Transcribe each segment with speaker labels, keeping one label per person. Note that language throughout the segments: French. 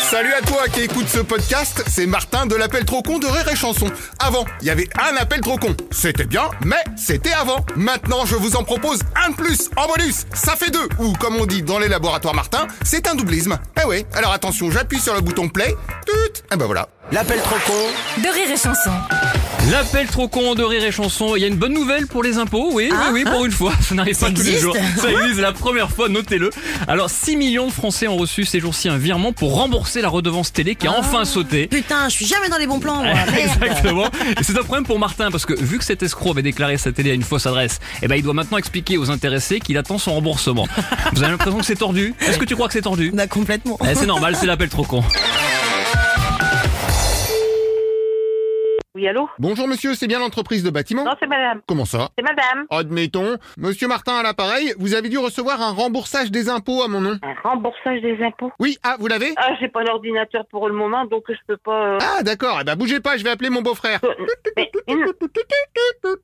Speaker 1: Salut à toi qui écoute ce podcast, c'est Martin de l'appel trop con de Rire et Chanson. Avant, il y avait un appel trop con. C'était bien, mais c'était avant. Maintenant, je vous en propose un de plus en bonus. Ça fait deux, ou comme on dit dans les laboratoires Martin, c'est un doublisme. Eh ouais, alors attention, j'appuie sur le bouton play. Tut Et ben voilà.
Speaker 2: L'appel trop con
Speaker 3: de rire et chanson.
Speaker 4: L'appel trop con de rire et chanson. Il y a une bonne nouvelle pour les impôts. Oui,
Speaker 3: Ah,
Speaker 4: oui, oui, pour une fois. Ça n'arrive pas
Speaker 3: Ça
Speaker 4: tous les
Speaker 3: existe
Speaker 4: jours. Ça existe la première fois, notez-le. Alors, 6 millions de Français ont reçu ces jours-ci un virement pour rembourser la redevance télé
Speaker 3: Ah.
Speaker 4: qui a enfin sauté.
Speaker 3: Putain, je suis jamais dans les bons plans. moi.
Speaker 4: Exactement. Et c'est un problème pour Martin parce que vu que cet escroc avait déclaré sa télé à une fausse adresse, eh ben il doit maintenant expliquer aux intéressés qu'il attend son remboursement. Vous avez l'impression que c'est tordu Est-ce que tu crois que c'est tordu
Speaker 3: Bah complètement.
Speaker 4: Eh, C'est normal, c'est l'appel trop con.
Speaker 5: Oui, allô
Speaker 1: Bonjour monsieur, c'est bien l'entreprise de bâtiment
Speaker 5: Non, c'est madame.
Speaker 1: Comment ça
Speaker 5: C'est madame.
Speaker 1: Admettons, monsieur Martin à l'appareil, vous avez dû recevoir un remboursage des impôts à mon nom.
Speaker 5: Un remboursage des impôts
Speaker 1: Oui, ah, vous l'avez
Speaker 5: Ah, j'ai pas l'ordinateur pour le moment, donc je peux pas... euh,
Speaker 1: Ah d'accord, eh ben bougez pas, je vais appeler mon beau-frère.
Speaker 5: Ah. mais- mais-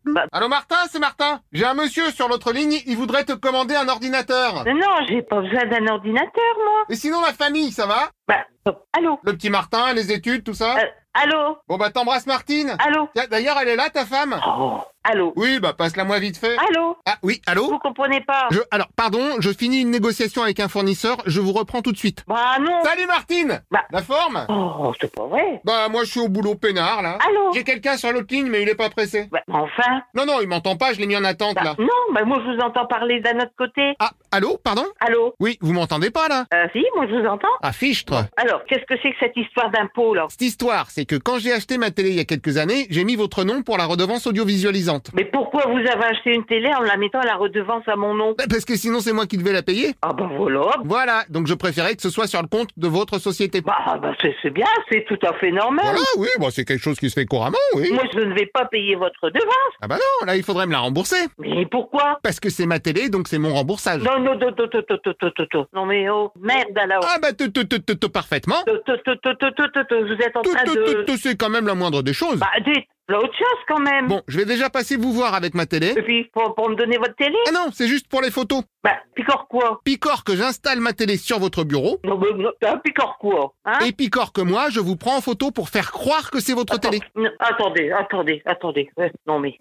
Speaker 5: Bah-
Speaker 1: Allô Martin, c'est Martin. J'ai un monsieur sur l'autre ligne, il voudrait te commander un ordinateur.
Speaker 5: mais non, j'ai pas besoin d'un ordinateur, moi.
Speaker 1: Et sinon la famille, ça va
Speaker 5: Bah, euh, allô
Speaker 1: Le petit Martin, les études, tout ça
Speaker 5: Euh, Ah. Allô
Speaker 1: Bon bah t'embrasses Martine.
Speaker 5: Allô
Speaker 1: Tiens, D'ailleurs, elle est là ta femme
Speaker 5: Oh, Allô
Speaker 1: Oui, bah passe-la moi vite fait.
Speaker 5: Allô
Speaker 1: Ah oui, allô
Speaker 5: Vous comprenez pas
Speaker 1: Je alors pardon, je finis une négociation avec un fournisseur, je vous reprends tout de suite.
Speaker 5: Bah non
Speaker 1: Salut Martine
Speaker 5: Bah.
Speaker 1: La forme
Speaker 5: Oh, c'est pas vrai
Speaker 1: Bah moi je suis au boulot peinard là.
Speaker 5: Allô
Speaker 1: J'ai quelqu'un sur l'autre ligne mais il est pas pressé.
Speaker 5: Bah, enfin
Speaker 1: Non non, il m'entend pas, je l'ai mis en attente
Speaker 5: Bah,
Speaker 1: là.
Speaker 5: Non, bah moi je vous entends parler d'un autre côté.
Speaker 1: Ah, allô, pardon
Speaker 5: Allô
Speaker 1: Oui, vous m'entendez pas là
Speaker 5: Euh, si, moi je vous entends.
Speaker 1: Ah fichtre
Speaker 5: Alors, qu'est-ce que c'est que cette histoire d'impôt, là
Speaker 1: Cette histoire, c'est que quand j'ai acheté ma télé il y a quelques années, j'ai mis votre nom pour la redevance audiovisualisante.
Speaker 5: Mais pourquoi vous avez acheté une télé en la mettant à la redevance à mon nom
Speaker 1: Bah, Parce que sinon c'est moi qui devais la payer.
Speaker 5: Ah bah voilà
Speaker 1: Voilà, donc je préférais que ce soit sur le compte de votre société.
Speaker 5: Bah, bah, c'est c'est bien, c'est tout à fait normal.
Speaker 1: Voilà, oui, bah, c'est quelque chose qui se fait couramment, oui.
Speaker 5: Moi, je ne vais pas payer votre devance.
Speaker 1: Ah bah non, là il faudrait me la rembourser.
Speaker 5: Mais pourquoi
Speaker 1: Parce que c'est ma télé, donc c'est mon remboursage.
Speaker 5: Non, non, non, non, non, non, non, non, non, non. Non, mais oh, merde alors.
Speaker 1: Ah bah tout, tout, tout, tout, tout, parfaitement.
Speaker 5: Non, non, non, non, non, non, non, Vous êtes en
Speaker 1: Tout,
Speaker 5: train
Speaker 1: tout, tout,
Speaker 5: de...
Speaker 1: tout, c'est quand même la moindre des choses.
Speaker 5: Bah, dites, autre chose quand même.
Speaker 1: Bon, je vais déjà passer vous voir avec ma télé.
Speaker 5: Et puis, pour, pour me donner votre télé
Speaker 1: Ah non, c'est juste pour les photos.
Speaker 5: Bah, picor quoi
Speaker 1: Picor que j'installe ma télé sur votre bureau.
Speaker 5: Non, mais non, ah, picor quoi Hein
Speaker 1: Et picor que moi, je vous prends en photo pour faire croire que c'est votre télé.
Speaker 5: Non, Attendez, attendez, attendez. Ouais, Non, mais...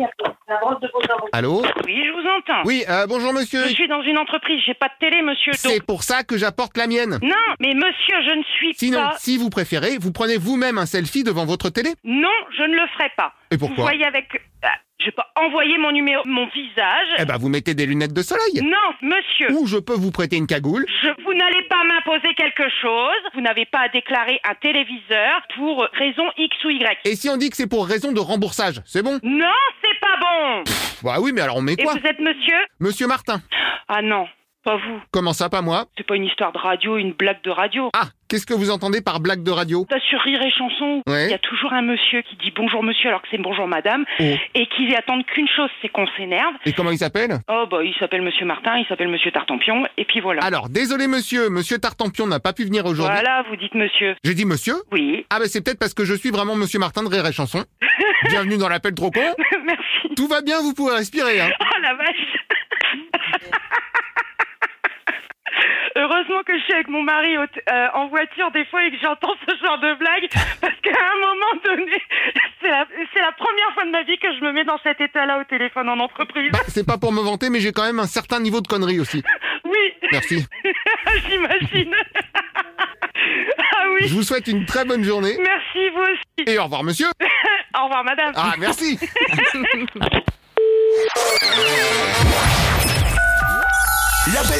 Speaker 1: Allô
Speaker 6: Oui, je vous entends.
Speaker 1: Oui, euh, bonjour monsieur.
Speaker 6: Je suis dans une entreprise, j'ai pas de télé, monsieur.
Speaker 1: C'est
Speaker 6: Donc...
Speaker 1: pour ça que j'apporte la mienne.
Speaker 6: Non, mais monsieur, je ne suis
Speaker 1: Sinon,
Speaker 6: pas.
Speaker 1: si vous préférez, vous prenez vous-même un selfie devant votre télé.
Speaker 6: Non, je ne le ferai pas.
Speaker 1: Et
Speaker 6: vous
Speaker 1: pourquoi
Speaker 6: voyez avec. Ah, Je peux envoyer mon numéro, mon visage.
Speaker 1: Eh ben, vous mettez des lunettes de soleil.
Speaker 6: Non, monsieur.
Speaker 1: Ou je peux vous prêter une cagoule.
Speaker 6: Je, vous n'allez pas m'imposer quelque chose. Vous n'avez pas à déclarer un téléviseur pour raison X ou Y.
Speaker 1: Et si on dit que c'est pour raison de remboursage, c'est bon
Speaker 6: Non, c'est pas bon.
Speaker 1: Bah oui, mais alors on met
Speaker 6: Et
Speaker 1: quoi
Speaker 6: vous êtes monsieur
Speaker 1: Monsieur Martin.
Speaker 6: Ah non, pas vous.
Speaker 1: Comment ça, pas moi
Speaker 6: C'est pas une histoire de radio, une blague de radio.
Speaker 1: Ah, qu'est-ce que vous entendez par blague de radio
Speaker 6: T'as sur Rire et Chanson, il
Speaker 1: Ouais.
Speaker 6: y a toujours un monsieur qui dit bonjour monsieur alors que c'est bonjour madame
Speaker 1: Oh.
Speaker 6: et qui attendent qu'une chose, c'est qu'on s'énerve.
Speaker 1: Et comment il s'appelle
Speaker 6: Oh bah il s'appelle monsieur Martin, il s'appelle monsieur Tartampion et puis voilà.
Speaker 1: Alors, désolé monsieur, monsieur Tartampion n'a pas pu venir Ah, aujourd'hui.
Speaker 6: voilà, vous dites monsieur.
Speaker 1: J'ai dit monsieur
Speaker 6: Oui.
Speaker 1: Ah ben c'est peut-être parce que je suis vraiment monsieur Martin de Rire et Chanson. Bienvenue dans l'appel trop con.
Speaker 6: Merci.
Speaker 1: Tout va bien, vous pouvez respirer, hein.
Speaker 6: Oh la vache. Heureusement que je suis avec mon mari au t- euh, en voiture des fois et que j'entends ce genre de blague parce qu'à un moment donné, c'est la, c'est la première fois de ma vie que je me mets dans cet état-là au téléphone en entreprise.
Speaker 1: Bah, c'est pas pour me vanter, mais j'ai quand même un certain niveau de conneries aussi.
Speaker 6: Oui.
Speaker 1: Merci.
Speaker 6: J'imagine. ah oui.
Speaker 1: Je vous souhaite une très bonne journée
Speaker 6: Merci, vous aussi.
Speaker 1: et au revoir, monsieur.
Speaker 6: Au revoir, madame.
Speaker 1: Ah, merci.
Speaker 2: L'appel